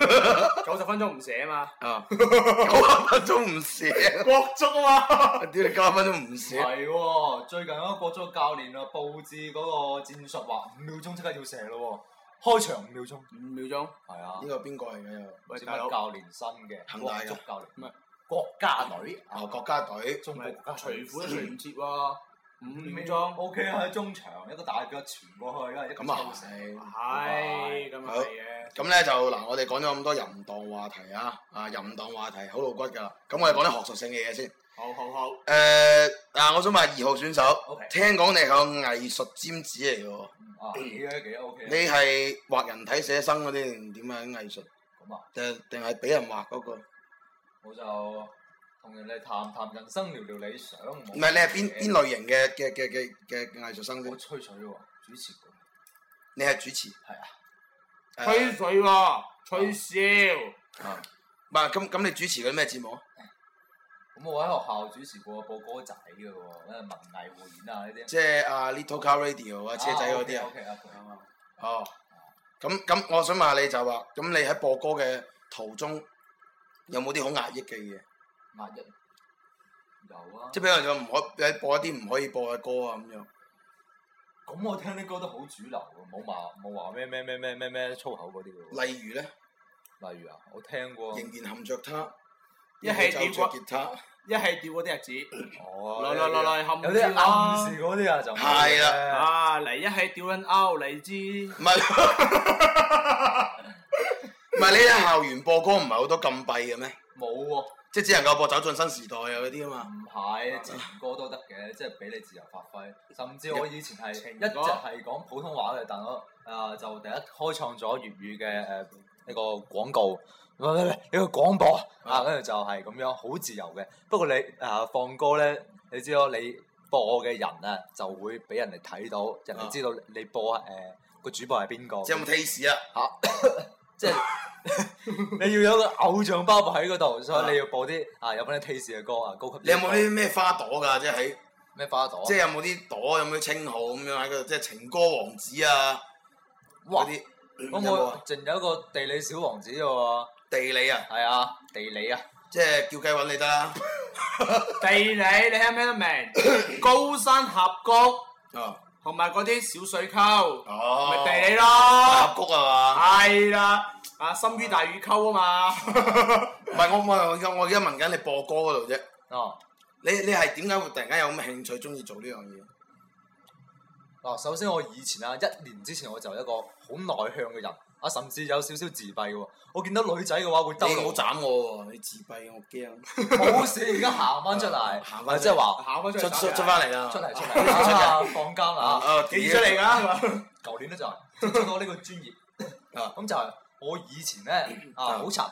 S2: 誒 九十分鐘唔寫啊嘛，
S1: 啊， 九十分鐘唔少，
S2: 國足啊嘛，
S1: 屌你九十分鐘唔少，
S3: 係喎，最近嗰個國足教練啊，佈置嗰個戰術話五秒鐘即刻要射咯喎，開場五秒鐘。
S2: 五秒鐘，
S3: 係啊
S1: 呢，個邊個嚟嘅又？
S2: 喂
S3: 知
S2: 大
S3: 乜
S2: 佬，
S3: 教練新嘅
S1: 恒
S3: 國
S1: 大嘅
S3: 足教練，
S2: 唔係
S3: 啊國家隊
S1: 啊，國家隊，
S3: 中
S2: 唔
S3: 國
S2: 係
S3: 國家
S2: 除
S3: 隊
S2: 褲都除唔切喎，五秒鐘，
S3: O K 啊，喺中場一個大腳傳過去，跟住一個
S1: 咁啊
S3: 抽射
S1: 係。
S2: 係咁啊係嘅，
S1: 咁咧就嗱，我哋講咗咁多淫蕩話題啊，啊淫蕩話題好露骨㗎啦。咁我哋講啲學術性嘅嘢先。誒、
S2: 好好好，
S1: 嗱，我想問下二號選手
S3: OK
S1: 聽講你係個藝術尖子嚟嘅喎，
S3: 啊，幾啊幾 O K
S1: 嗯你係畫人體寫生嗰啲定點啊？藝術
S3: 咁啊，
S1: 定定係俾人畫嗰、個？唔
S3: 我就同人哋談談人生，聊聊理想。唔係
S1: 係你係邊邊？類型嘅嘅嘅嘅嘅嘅藝術生
S3: 我
S1: 先？
S3: 吹水喎，主持嘅
S1: 你係主持？
S3: 係啊。
S1: 誒
S2: 吹水喎，吹簫，
S1: 啊，唔係咁咁，你主持嗰啲咩節目啊？
S3: 咁我喺學校主持過報歌仔嘅喎，嗰啲文藝匯演啊呢啲。
S1: 即係啊 Little Car Radio 啊，車仔嗰啲啊
S3: O。K 啊，佢
S1: 哦，咁咁，我想問下你就話，咁你喺播歌嘅途中有冇啲好壓抑嘅嘢？
S3: 壓一有啊。
S1: 即係比如就唔可以播一啲唔可以播嘅歌啊咁樣。
S3: 咁我聽啲歌都好主流喎，冇話冇話咩咩咩咩咩咩粗口嗰啲嘅
S1: 例如咧，
S3: 喎。例如啊，我聽過
S1: 仍然含着他，
S2: 一係啊
S1: 就
S2: 吊
S1: 着
S2: 過
S1: 吉他，
S2: 一係吊嗰啲日子。
S3: 哦，
S2: 來來來來冚
S3: 有啲
S2: 住啦
S3: 暗示嗰啲啊就冇
S1: 係啦
S3: 嘅
S2: 啊！嚟一係屌緊勾，嚟支
S1: 唔係 唔係你喺校園播歌唔係好多禁閉嘅咩？
S3: 冇喎，
S1: 即係只能夠播《走進新時代》啊嗰啲啊嘛。
S3: 唔係之前歌都得嘅， 即係俾你自由發揮。甚至我以前係
S2: 情
S3: 一
S2: 歌
S3: 直係講普通話嘅，但我啊就第一開創咗粵語嘅誒呢個廣告，唔係唔係唔係呢個廣播啊，跟住就係咁樣好自由嘅。不過你啊放歌咧，你知道你播嘅人啊就會俾人哋睇到，人
S1: 啊
S3: 哋知道你播誒個主播係邊個。
S1: 即係有冇 taste 啊？
S3: 即係你要有個偶像包袱喺嗰度，所以你要播啲啊有翻啲 taste 嘅歌啊，高級啲嘅歌。
S1: 你有冇啲咩花朵㗎？即係喺
S3: 咩花朵啊？
S1: 即係有冇啲朵有冇啲稱號咁樣喺嗰度？即係情歌王子啊
S3: 哇
S1: 嗰！啲有
S3: 咁
S1: 冇
S3: 我
S1: 啊？
S3: 淨有一個地理小王子嘅喎，
S1: 地理啊？
S3: 係啊，地理啊，
S1: 即係叫雞揾你得啦。
S2: 地理，你聽唔聽得明？高山峽谷
S1: 哦，
S2: 同埋嗰啲小水溝，
S1: 哦，
S2: 咪地理
S1: 峽
S2: 咯。
S1: 谷啊
S2: 係啦，啊深於大雨溝啊嘛。
S1: 嘛？唔係我我我而家我而家問緊你播歌嗰度啫。
S3: 哦，
S1: 你你係點解會突然間有咁嘅興趣，中意做呢樣嘢？
S3: 嗱，哦首先我以前啊，一年之前我就係一個好內向嘅人，啊，甚至有少少自閉嘅喎。我見到女仔嘅話會兜
S1: 你冇
S3: 路，
S1: 斬我喎，你自閉我驚。
S3: 冇事，而家行翻出嚟，
S1: 啊行返出嚟
S3: 即係話
S2: 考翻出
S1: 出出
S2: 嚟打
S1: 出
S2: 人
S1: 翻嚟啦！
S3: 出嚟出
S1: 出嚟
S3: 嚟啊，放監啦
S1: 啊！
S3: 啊！
S1: 啊，
S2: 幾出嚟㗎？
S3: 舊年咧就係接觸到呢個專業，
S1: 啊
S3: 咁就係我以前咧啊
S1: 啊
S3: 好柒啊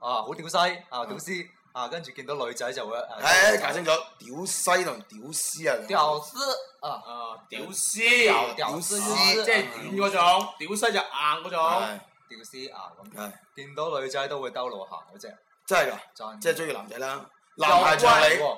S3: 好屌西啊屌絲啊，跟住見到女仔就會啊
S1: 唉，搞清楚，屌西同屌絲啊！
S3: 屌絲啊，
S2: 啊，屌
S3: 屌
S2: 絲，
S3: 屌
S1: 絲
S2: 啊
S3: 絲，
S2: 即係軟嗰種，屌西就硬嗰種。
S1: 係
S3: 屌絲啊咁，
S1: 係
S3: 見到女仔都會兜路行嗰只，
S1: 真係㗎，
S3: 真
S1: 即係中意男仔啦。男孩像
S3: 又
S1: 你，
S3: 乖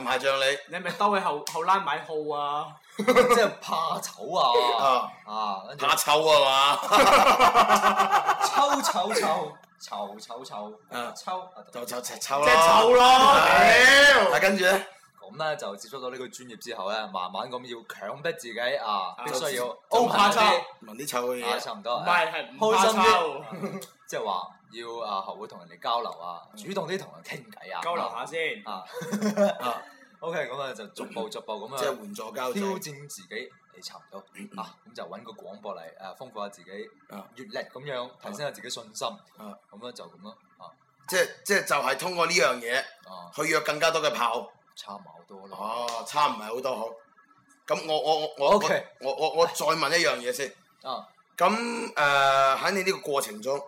S1: 男孩像你
S2: 你係咪兜喺後後欄買號啊？
S3: 喎即係怕醜啊
S1: 啊，
S3: 啊，跟住
S1: 怕醜啊嘛，
S3: 抽醜醜醜醜
S1: 啊
S3: 醜抽啊
S1: 就就就臭
S2: 即係
S1: 啦。
S2: 臭
S1: Ờ.
S2: 咯，
S1: 啊，
S2: 屌！
S1: 跟住咧。
S3: 咁咧就接觸到呢個專業之後咧，慢慢咁要強迫自己啊，必須要
S2: 就
S3: open
S2: 怕
S3: 啲
S2: 醜
S1: 聞啲臭嘅
S3: 啊，
S1: 嘢，
S3: 差唔多。
S2: 唔係係唔
S3: 開
S2: 怕
S3: 心
S2: 臭
S3: 啲，即係話要啊學會同人哋交流啊，主動啲同人傾偈啊，
S2: 嗯交流下先。
S3: 啊。
S1: 啊
S3: OK，咁啊就逐
S2: 嗯
S3: 步逐步咁
S1: 即係
S3: 啊
S1: 援助交
S3: 挑
S1: 際
S3: 戰自己，你差唔多啊，咁就揾個廣播嚟誒豐富下自己
S1: 啊
S3: 閲歷咁樣，提升下自己信心。
S1: 啊
S3: 咁樣就咁咯，啊
S1: 即係即係就係通過呢樣嘢
S3: 啊
S1: 去約更加多嘅炮。
S3: 差唔好多啦。
S1: 哦，差唔係好多好。咁我我我我
S3: OK
S1: 我我我再問一樣嘢先。
S3: 啊，
S1: 咁誒喺你呢個過程中，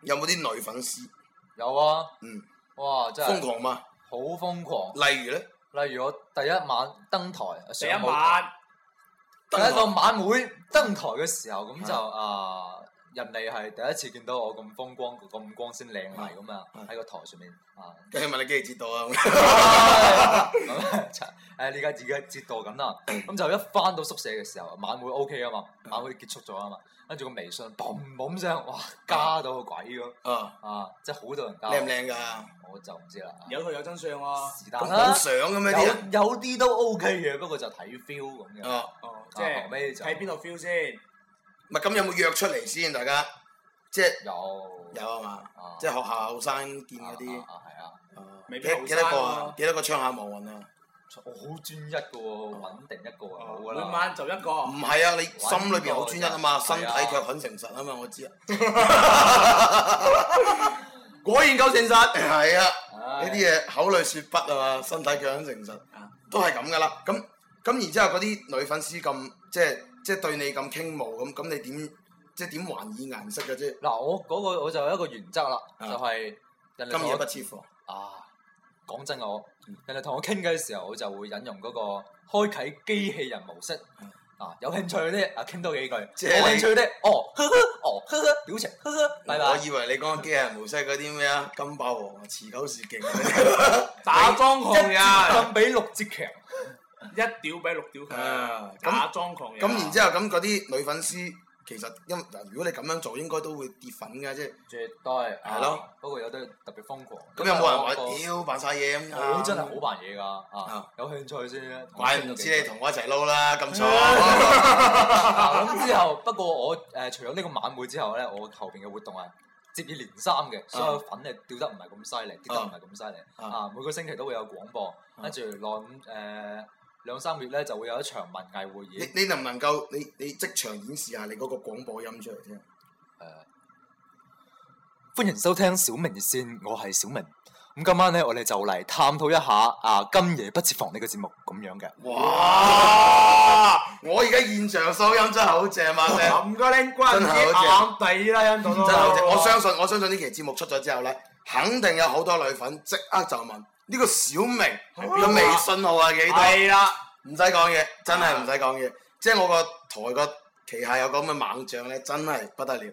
S1: 有冇啲女粉絲
S3: 有啊，
S1: 嗯，
S3: 哇，真
S1: 瘋
S3: 係
S1: 狂嘛？
S3: 好瘋狂。
S1: 例如咧，
S3: 例如我第一晚登台
S2: 第
S3: 上
S2: 一
S3: 舞台
S2: 晚
S3: 第
S1: 登
S3: 一
S1: 台
S3: 個晚會登台嘅時候，咁就
S1: 係
S3: 啊，人哋係第一次見到我咁風光、咁光鮮靚麗咁啊，
S1: 係
S3: 喺個台上面啊，
S1: 跟住問你幾時接到啊？
S3: 咁啊誒理解自己嘅節度咁啦。咁就一翻到宿舍嘅時候，晚會 O K 啊嘛，晚會結束咗啊嘛，跟住個微信嘣嘣聲，哇加到個鬼咁
S1: 啊，
S3: 啊！即係好多人加，
S1: 靚唔靚㗎？
S3: 我就唔知啦。
S2: 有圖有真相喎。
S3: 是
S1: 咁
S3: 但啦
S1: 好，相咁樣啲人，
S3: 有有啲都 O K 嘅，不過就睇 feel 咁樣。
S1: 啊，
S2: 哦，即
S3: 即係後
S2: 係
S3: 尾就
S2: 睇邊度 feel 先。
S1: 唔係咁有冇約出嚟先？大家即係
S3: 有
S1: 有啊嘛，
S3: 啊，
S1: 即係學校後生見嗰啲
S3: 啊，啊係啊，
S1: 啊
S2: 未必
S1: 幾
S2: 後
S1: 幾
S2: 生
S1: 多個啊
S2: 咯？
S1: 幾多個槍下無運啊？
S3: 我好專一嘅喎，穩定一個就好
S2: 哦
S3: 噶
S2: 每
S3: 啦。
S2: 晚就一個。
S1: 唔係啊，你心裏邊好專一啊嘛，
S3: 係
S1: 身
S3: 啊
S1: 體卻很誠實啊嘛，我知 啊。果然夠誠實。係啊，呢
S3: 呢
S1: 啲嘢口裏説不啊嘛，身體卻很誠實
S2: 啊，
S1: 都係咁噶啦。咁咁然之後嗰啲女粉絲咁即係即係對你咁傾慕咁，咁你點即係點還以顏色嘅啫？
S3: 嗱，我嗰個我就有一個原則啦，
S1: 啊
S3: 就係人哋
S1: 今
S3: 同
S1: 夜
S3: 我
S1: 不嗯設防。
S3: 啊，講真我，人哋同我傾偈嘅時候，我就會引用嗰個開啟機器人模式
S1: 嗯。
S3: 啊，有興趣啲啊，傾多幾句；
S1: 即係
S3: 冇興趣啲，哦，呵呵，哦，呵呵，表情，呵呵，拜
S1: 我
S3: 拜。
S1: 以為你講嘅機械人模式嗰啲咩啊，金霸王啊，持久是勁 啊。
S2: 打裝狂人，
S3: 咁比六折強。
S2: 一屌比六屌
S1: 啊
S2: 強。
S1: 咁
S2: 打裝狂人。
S1: 咁然之後，咁嗰啲女粉絲其實因嗱，如果你咁樣做，應該都會跌粉㗎，即係
S3: 絕對啊
S1: 係咯。
S3: 不過有啲特別瘋狂。
S1: 咁有冇人話
S3: 因為
S1: 屌
S3: 我
S1: 扮晒嘢咁㗎？
S3: 我真係好啊扮嘢㗎啊
S1: 啊！
S3: 有興趣先。
S1: 怪唔知你同我一齊撈啦，咁錯。
S3: 啊咁之後，不過我誒、呃除咗呢個晚會之後咧，我後邊嘅活動係接二連三嘅，所有粉咧掉得唔係咁犀利，跌得唔係咁犀利
S1: 啊
S3: 啊！每個星期都會有廣播，跟住耐五誒兩三月咧就會有一場文藝會
S1: 你
S3: 議。
S1: 你能唔能夠你你即場演示下你嗰個廣播音出嚟聽？
S3: 歡迎收聽小明熱線，我係小明。咁今晚咧，我哋就嚟探討一下啊，今夜不設防呢個節目咁樣嘅。
S1: 哇！我而家現場收音真係好正啊， 正
S2: 咁個靚瓜唔知
S1: 真係好
S2: 硬地啦，印度
S1: 真係好正！我相信我相信呢期節目出咗之後咧，肯定有好多女粉即刻就問呢個小明嘅微信號係幾多？
S2: 係啦，
S1: 唔使講嘢，真係唔使講嘢。即係我個台個旗下有咁嘅猛將咧，真係不得了。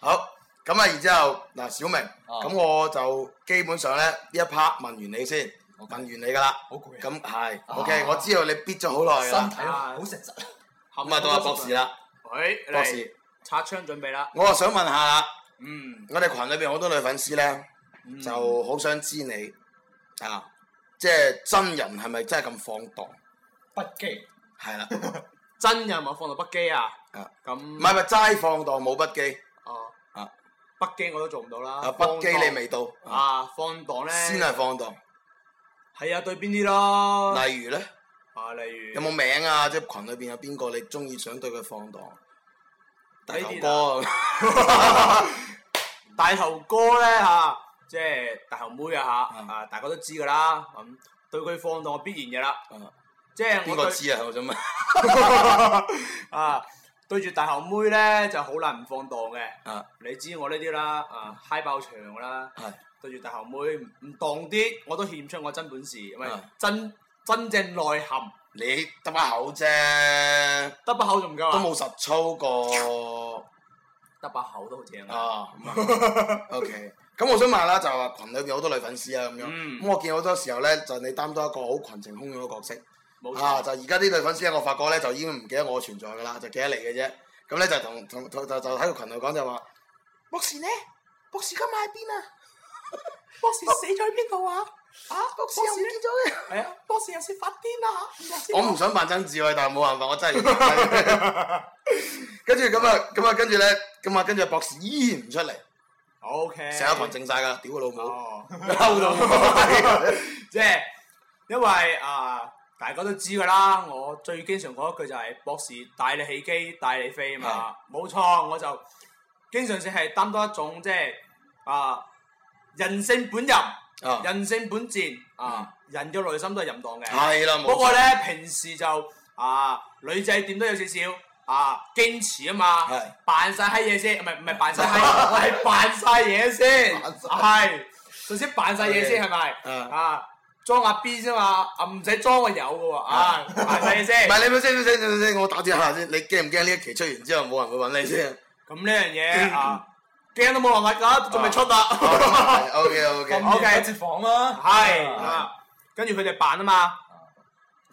S1: 好，咁啊，然之後嗱，小明，
S3: 啊
S1: 咁、我就基本上咧呢一 part 問完你先，問
S3: OK
S1: 完你㗎啦。
S3: 好攰啊，
S1: 咁係
S3: 啊
S1: ，OK，我知道你憋咗好耐㗎
S3: 身
S1: 啦。
S3: 體好啊誠實。
S1: 咁啊，到阿博士啦，
S2: 喂，
S1: 博
S2: 博士
S1: 士，
S2: 擦槍準備啦，
S1: 我啊想問下啦，
S2: 嗯，
S1: 我哋群裏邊好多女粉絲咧，
S2: 嗯
S1: 就好想知你啊，即係真人係咪真係咁放蕩？
S3: 不羈。
S1: 係啦，
S2: 真人我放到北基啊
S1: 啊，
S2: 咁
S1: 唔係咪齋放蕩冇筆記
S2: 哦
S1: 啊，
S2: 北基我都做唔到啦，
S1: 啊？筆記你未到
S2: 放蕩啊，放蕩咧
S1: 先係放蕩。
S2: 係啊，對邊啲咯？
S1: 例如咧，
S2: 啊，例
S1: 有
S2: 如
S1: 冇名啊？即係群裏邊有邊個你中意想對佢放蕩？大頭
S2: 呢
S1: 哥
S2: 啲
S1: 啊，
S2: 大頭哥咧嚇，即係大頭妹啊
S1: 嗯
S2: 嚇，啊大家都知噶啦，咁對佢放蕩必然嘅啦，即係
S1: 啊邊
S2: 我
S1: 個
S2: 對
S1: 知啊？我想問。
S2: 啊對住大頭妹咧就好難唔放蕩嘅，
S1: 啊，
S2: 你知我呢啲啦，啊嗨爆場啦，
S1: 係
S2: 對住大頭妹唔唔蕩啲，我都獻出我真本事，咪
S1: 嗯
S2: 真真正內涵，
S1: 你得把口啫，
S2: 得把口仲唔夠
S1: 都
S2: 啊？
S1: 冇實操過
S2: 得把口都好正啊！
S1: 啊。咁 啊 OK，咁我想問啦，就係話群裏邊好多女粉絲啊，咁樣。
S2: 嗯
S1: 咁我見好多時候咧，就你擔當一個好群情洶湧嘅角色。
S2: 冇
S1: 啊！
S2: 錯，
S1: 就而家啲女粉絲，我發覺咧就已經唔記得我存在噶啦，就記得你嘅啫。咁咧就同同同就就喺個群度講就話，博士呢？博士今晚喺邊啊？
S2: 博士死咗喺邊度啊？啊，
S1: 博士又唔見咗嘅。
S2: 係啊，博士又是發癲啊！
S1: 我唔想扮曾志偉，但係冇辦法，我 真係要扮。跟住咁啊，咁啊，跟住咧，咁啊，跟住博士依然唔出嚟，
S2: O K，
S1: 成個群靜晒㗎，屌佢老 母，
S2: 哦，
S1: 嬲到 我
S2: 即係因為啊，大家都知㗎啦。我最經常講一句就係博士帶你起機，帶你飛啊嘛。冇錯，我就經常性係擔當一種即係啊人性本淫、
S1: 啊！
S2: 人性本賤啊，人嘅內心都係淫蕩嘅。
S1: 係啦，
S2: 不
S1: 冇
S2: 過
S1: 錯。
S2: 咧，平時就啊女仔點都有少少。啊，矜持啊嘛
S1: 係，
S2: 扮晒閪嘢先，唔係唔係 扮晒閪，我係扮晒嘢先，
S1: 扮晒
S2: 係首先扮晒嘢先係咪？
S1: 啊
S2: 啊，裝下 B 啫嘛，啊唔使裝我有嘅喎，啊大細
S1: 唔
S2: 先。
S1: 係你咪先，先先先，我打斷下先。你驚唔驚呢一期出完之後冇人會揾你 先
S2: 咁呢樣嘢啊，驚都冇辦法㗎，仲未出
S1: 哦
S2: 啊。
S1: ？O K O K，
S3: 咁
S2: OK
S3: 接房啦。
S2: 啊係啊，跟住佢哋扮啊嘛，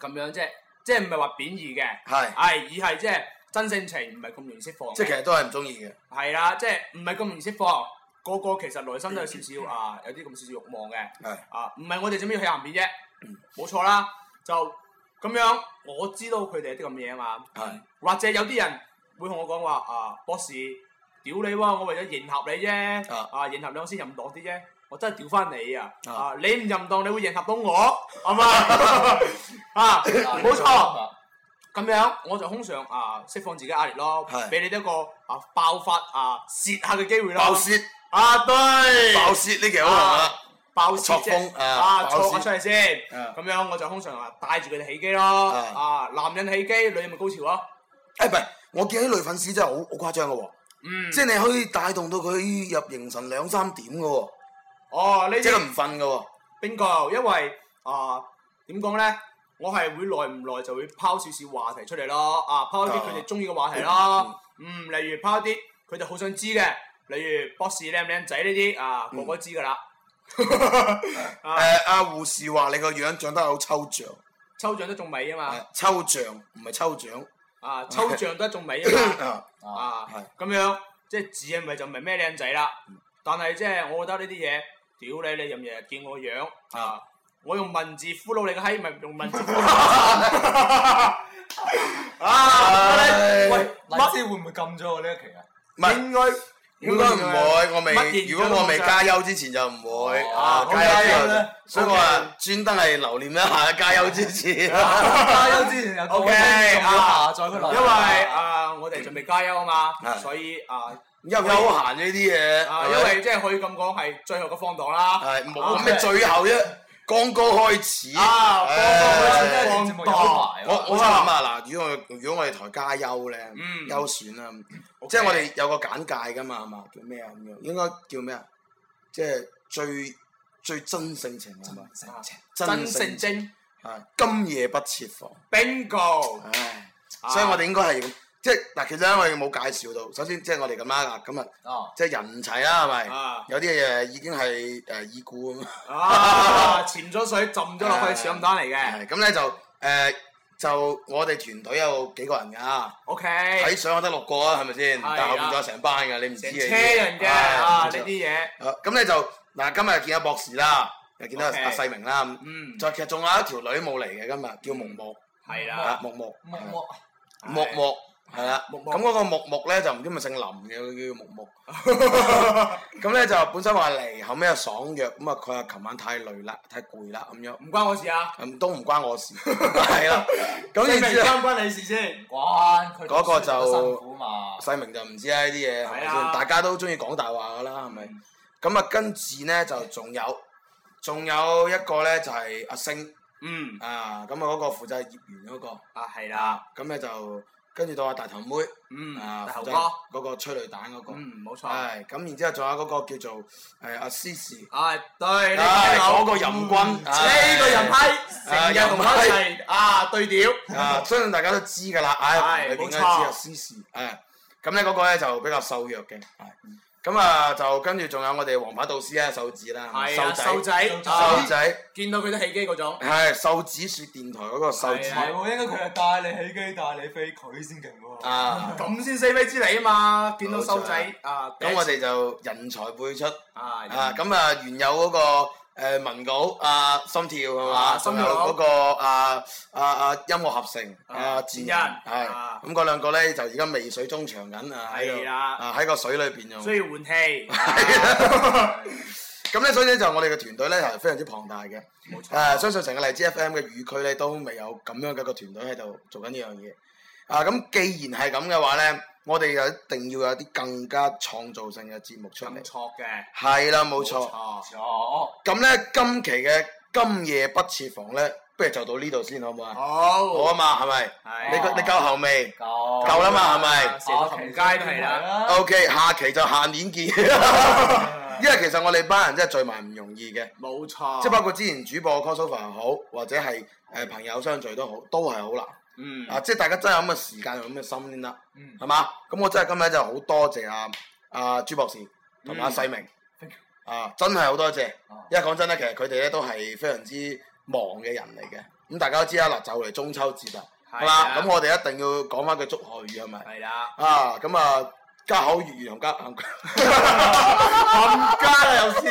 S2: 咁樣啫，即係唔係話貶義嘅，
S1: 係，
S2: 係而係即係真性情，唔係咁容易釋放嘅。
S1: 即係其實都係唔中意嘅。
S2: 係啦，即係唔係咁容易釋放。個個其實內心都有少少啊，有啲咁少少欲望嘅。
S1: 係
S2: 啊，唔係我哋做咩要去行片
S1: 嗯
S2: 啫？冇錯啦，就咁樣。我知道佢哋有啲咁嘢啊嘛。
S1: 係。
S2: 或者有啲人會同我講話啊，boss，屌你喎！我為咗迎合你啫，
S1: 啊
S2: 啊迎合你我先任當啲啫。我真係屌翻你啊！
S1: 啊
S2: 啊，你唔任當，你會迎合到我，係咪？啊，冇錯。
S1: 啊
S2: 咁樣我就通常啊釋放自己壓力咯，
S1: 係
S2: 俾你一個啊爆發啊泄下嘅機會咯。
S1: 爆泄，
S2: 啊對，
S1: 爆泄呢期好紅啊啦。
S2: 爆泄
S1: 作風
S2: 啫
S1: 啊
S2: 啊
S1: 爆
S2: 錯
S1: 泄
S2: 下出嚟先。
S1: 啊
S2: 咁樣我就通常啊帶住佢哋起機咯，
S1: 啊
S2: 啊男人起機，女人咪高潮咯。
S1: 誒哎唔係，我見啲女粉絲真係好好誇張嘅喎，
S2: 嗯，
S1: 即係你可以帶動到佢入凌晨兩三點嘅喎，
S2: 哦呢
S1: 即係
S2: 啲
S1: 佢唔瞓嘅喎。
S2: bingo，因為啊點講咧？我係會耐唔耐就會拋少少話題出嚟咯，啊拋一啲佢哋中意嘅話題咯，嗯，例如拋一啲佢哋好想知嘅，例如 boss 靚唔靚仔呢啲啊，個個都知噶啦。
S1: 嗯
S2: 啊
S1: 誒阿護士話你個樣長得好抽象，
S2: 抽獎都中尾啊嘛，
S1: 誒抽象唔係抽獎。嗯
S2: 啊抽獎都中尾 啊
S1: 啊
S2: 嘛，啊
S1: 係
S2: 咁樣即係字係咪就唔係咩靚仔啦？但係即係我覺得呢啲嘢，屌你你又唔日日見我樣啊！我用文字俘虜你個閪，咪用文字俘虜我啊！
S1: 唉
S3: 喂，荔枝會唔會禁咗我呢一期啊？
S1: 哎唔係
S2: 應該
S1: 應該唔會，我
S2: 乜
S1: 未
S2: 嘢
S1: 如果我未加休之前就唔會。啊
S3: 哦
S1: 加休
S3: 好
S1: 之
S3: 加
S1: 後
S3: 油啦，
S1: 所以我話專登係留念一下加休之前。
S3: 加油之前有
S2: OK，啊
S3: 下載佢落嚟，
S2: 因為啊，我哋準備加油啊嘛，
S1: 係
S2: 所以啊
S1: 因為休閒呢啲嘢，
S2: 啊，
S1: 係
S2: 因
S1: 咪
S2: 為即係可以咁講係最後嘅放蕩啦。
S1: 係冇咩最後啫，剛剛開始。
S2: 啊，放蕩
S1: 唉
S2: 真係
S3: 節
S2: 放
S3: 目有
S2: 蕩。
S3: 埋
S1: 我我心諗啊，嗱，如果我如果我哋台加優咧
S2: 嗯，
S1: 優選啦，
S2: OK
S1: 即係我哋有個簡介噶嘛，係嘛？叫咩啊？咁樣應該叫咩啊？即係最最真性情啊係咪？
S2: 真
S1: 情
S2: 性精
S1: 係今夜不設防，
S2: bingo，
S1: 唉，
S2: 啊
S1: 所以我哋應該係要即係嗱，其實咧我哋冇介紹到，首先即係我哋咁啦，嗱，今日
S3: 啊，
S1: 即係人唔齊啦，係咪？
S2: 啊
S1: 有啲嘢已經係誒已故咁。
S2: 啊，潛咗水浸咗落去上唔單嚟嘅
S1: 係咁咧就誒、就我哋團隊有幾個人㗎，
S2: ，OK，
S1: 睇相我得六個啊，係咪先？
S2: 係
S1: 但後面
S2: 啦
S1: 仲有成班㗎，你唔知
S2: 成
S1: 嘅。
S2: 車人嘅
S1: 係
S2: 啊
S1: 冇
S2: 呢
S1: 錯
S2: 啲嘢，
S1: 好咁咧就嗱，今日見阿博士啦，又見到阿
S2: OK
S1: 阿世明啦，咁
S2: 嗯，
S1: 就其實仲有一條女冇嚟嘅今日，叫木木，
S2: 係
S1: 啊
S2: 啦，
S1: 木木，
S3: 木木
S1: 係木木。係啦，
S2: 木木
S1: 咁嗰個木木咧就唔知咪姓林嘅，佢叫木木。 咁咧就本身話嚟，後尾又爽約，咁啊佢話琴晚太累啦，太攰啦咁樣，
S2: 唔關我事啊，
S1: 咁都唔關我 事，係啦。咁
S2: 你
S1: 然
S2: 明
S1: 之後。
S2: 關唔關你事先？
S3: 關佢
S1: 嗰個就
S3: 辛苦嘛，
S1: 世明就唔知啦呢啲嘢係咪
S2: 係啊
S1: 先？大家都中意講大話噶啦，係咪？咁啊，跟住咧就仲有，仲有一個咧就係阿星
S2: 嗯，
S1: 啊，咁啊嗰個負責業員嗰個
S2: 啊係啦，
S1: 啊，咁咧就跟住到阿大頭妹
S2: 嗯，
S1: 啊，
S2: 大
S1: 負
S2: 頭
S1: 責
S2: 哥，
S1: 嗰個催淚彈嗰個，
S2: 嗯，冇錯，
S1: 係咁，然之後仲有嗰個叫做誒阿思事，
S2: 啊對，呢
S1: 唉
S2: 個
S1: 嗰個淫君，唉
S2: 嗯呢個人批，成
S1: 啊
S2: 日同我一齊啊對調，
S1: 啊，相信大家都知㗎啦，唉，
S2: 係
S1: 你應該知
S2: 冇錯
S1: 啊，私事，誒，咁咧嗰個咧就比較瘦弱嘅，係，咁啊就跟住仲有我哋黃牌導師啊，手指啦，
S2: 係
S1: 瘦
S2: 啊，
S1: 仔，
S2: 瘦仔，
S1: 瘦
S2: 啊
S1: 仔，
S2: 見到佢都起機嗰種。
S1: 係瘦子說電台嗰個瘦子
S2: 係
S3: 唔
S2: 啊
S3: 係喎，應該佢係帶你起機帶你飛，佢先勁喎。
S1: 啊，
S2: 咁先四飛之利啊嘛！見到收仔啊，
S1: 咁我哋就人才輩出
S2: 啊
S1: 啊，咁啊原有嗰個。誒文稿啊，心跳係嘛，
S2: 啊
S1: 仲
S2: 心
S1: 有
S2: 跳
S1: 嗰個啊啊啊音樂合成啊，
S2: 啊
S1: 戰
S2: 戰
S1: 人
S2: 人
S1: 係
S2: 啊
S1: 咁嗰兩個咧就而家未水中長緊啊，喺
S2: 係
S1: 度
S2: 啦
S1: 啊喺個水裏邊用。
S2: 需 要換氣，
S1: 咁咧，所以咧就我哋嘅團隊咧係非常之龐大嘅。
S2: 冇
S1: 誒、
S2: 錯。
S1: 相信成個荔枝 FM 嘅語區咧都未有咁樣嘅一個團隊喺度做緊呢樣嘢。啊，咁既然係咁嘅話咧，我哋就一定要有啲更加創造性嘅節目出嚟
S2: 咁。錯嘅，
S1: 係啦，冇錯。
S3: 咗
S1: 咁咧，今期嘅今夜不設防咧，不如就到呢度先，好唔好啊？好
S2: 好啊
S1: 啊，嘛，係咪？
S2: 係
S1: 你覺你夠喉未
S3: 夠
S1: 夠啦嘛，係咪？
S2: 成個行街都係啦，
S3: 啦
S1: O、k 下期就下年見。因為其實我哋班人真係聚埋唔容易嘅。
S2: 冇錯。
S1: 即係包括之前主播 crossover 又好，或者係誒、呃朋友相聚都好，都係好難。
S2: 嗯，
S1: 啊，即係大家真係有咁嘅時間，有咁嘅心先得，
S3: 嗯
S1: 係嘛？咁我真係今日真係好多謝阿、啊、阿、朱博士同埋阿
S2: 嗯
S1: 世明
S3: Thank you，
S1: 啊，真係好多謝
S3: 啊。
S1: 因為講真咧，其實佢哋咧都係非常之忙嘅人嚟嘅，咁大家都知啦，嗱就嚟中秋節啦，係
S3: 啊
S2: 係
S1: 嘛？
S2: 啦，
S1: 咁我哋一定要講翻句祝賀語係咪？
S2: 係啦，
S1: 啊，咁啊，加口粵 語同加冚 冚家啦又是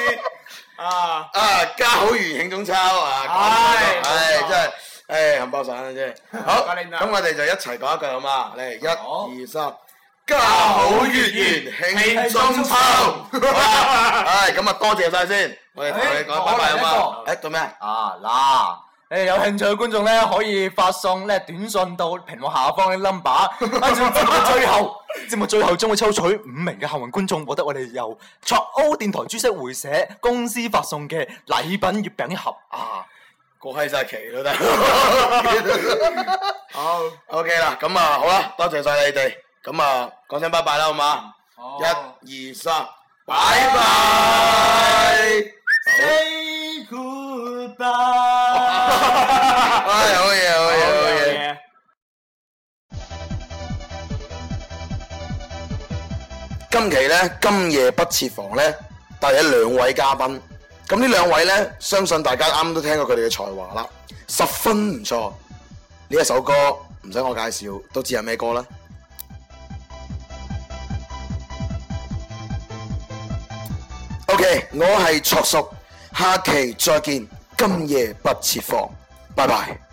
S2: 啊，
S1: 啊，加口粵語慶中秋啊，唉
S2: 唉，冇
S1: 唉，
S2: 錯
S1: 真係，唉，冚包散啦 真係。好，
S2: 加你啦
S1: 咁我哋就一齊講一句好嘛？嚟，
S3: 好
S1: 一、二、三。加好月圓慶中秋， 唉，咁啊多謝晒先，我哋同你講拜拜好嘛？誒做咩啊？
S3: 啊嗱，誒有興趣嘅觀眾咧，可以發送咧短信到屏幕下方嘅 number，跟住節目最 後，節目最後將會抽取五名嘅幸運觀眾，獲得我哋由卓歐電台株式會社公司發送嘅禮品月餅盒啊！
S1: 過閪晒期都得。
S2: 好，
S1: OK 啦，咁啊好啦，多謝晒你哋，咁啊講聲拜拜啦，好嘛？
S2: 好，
S1: 一、二、三，拜拜！
S2: Say goodbye。
S1: 哎，好嘢，好嘢，好嘢！今期咧今夜不設防咧帶嚟兩位嘉賓，咁呢兩位咧，相信大家啱都聽過佢哋嘅才華啦，十分唔錯。呢一首歌唔使我介紹，都知係咩歌啦。OK，我係卓叔，下期再見，今夜不設防，拜拜。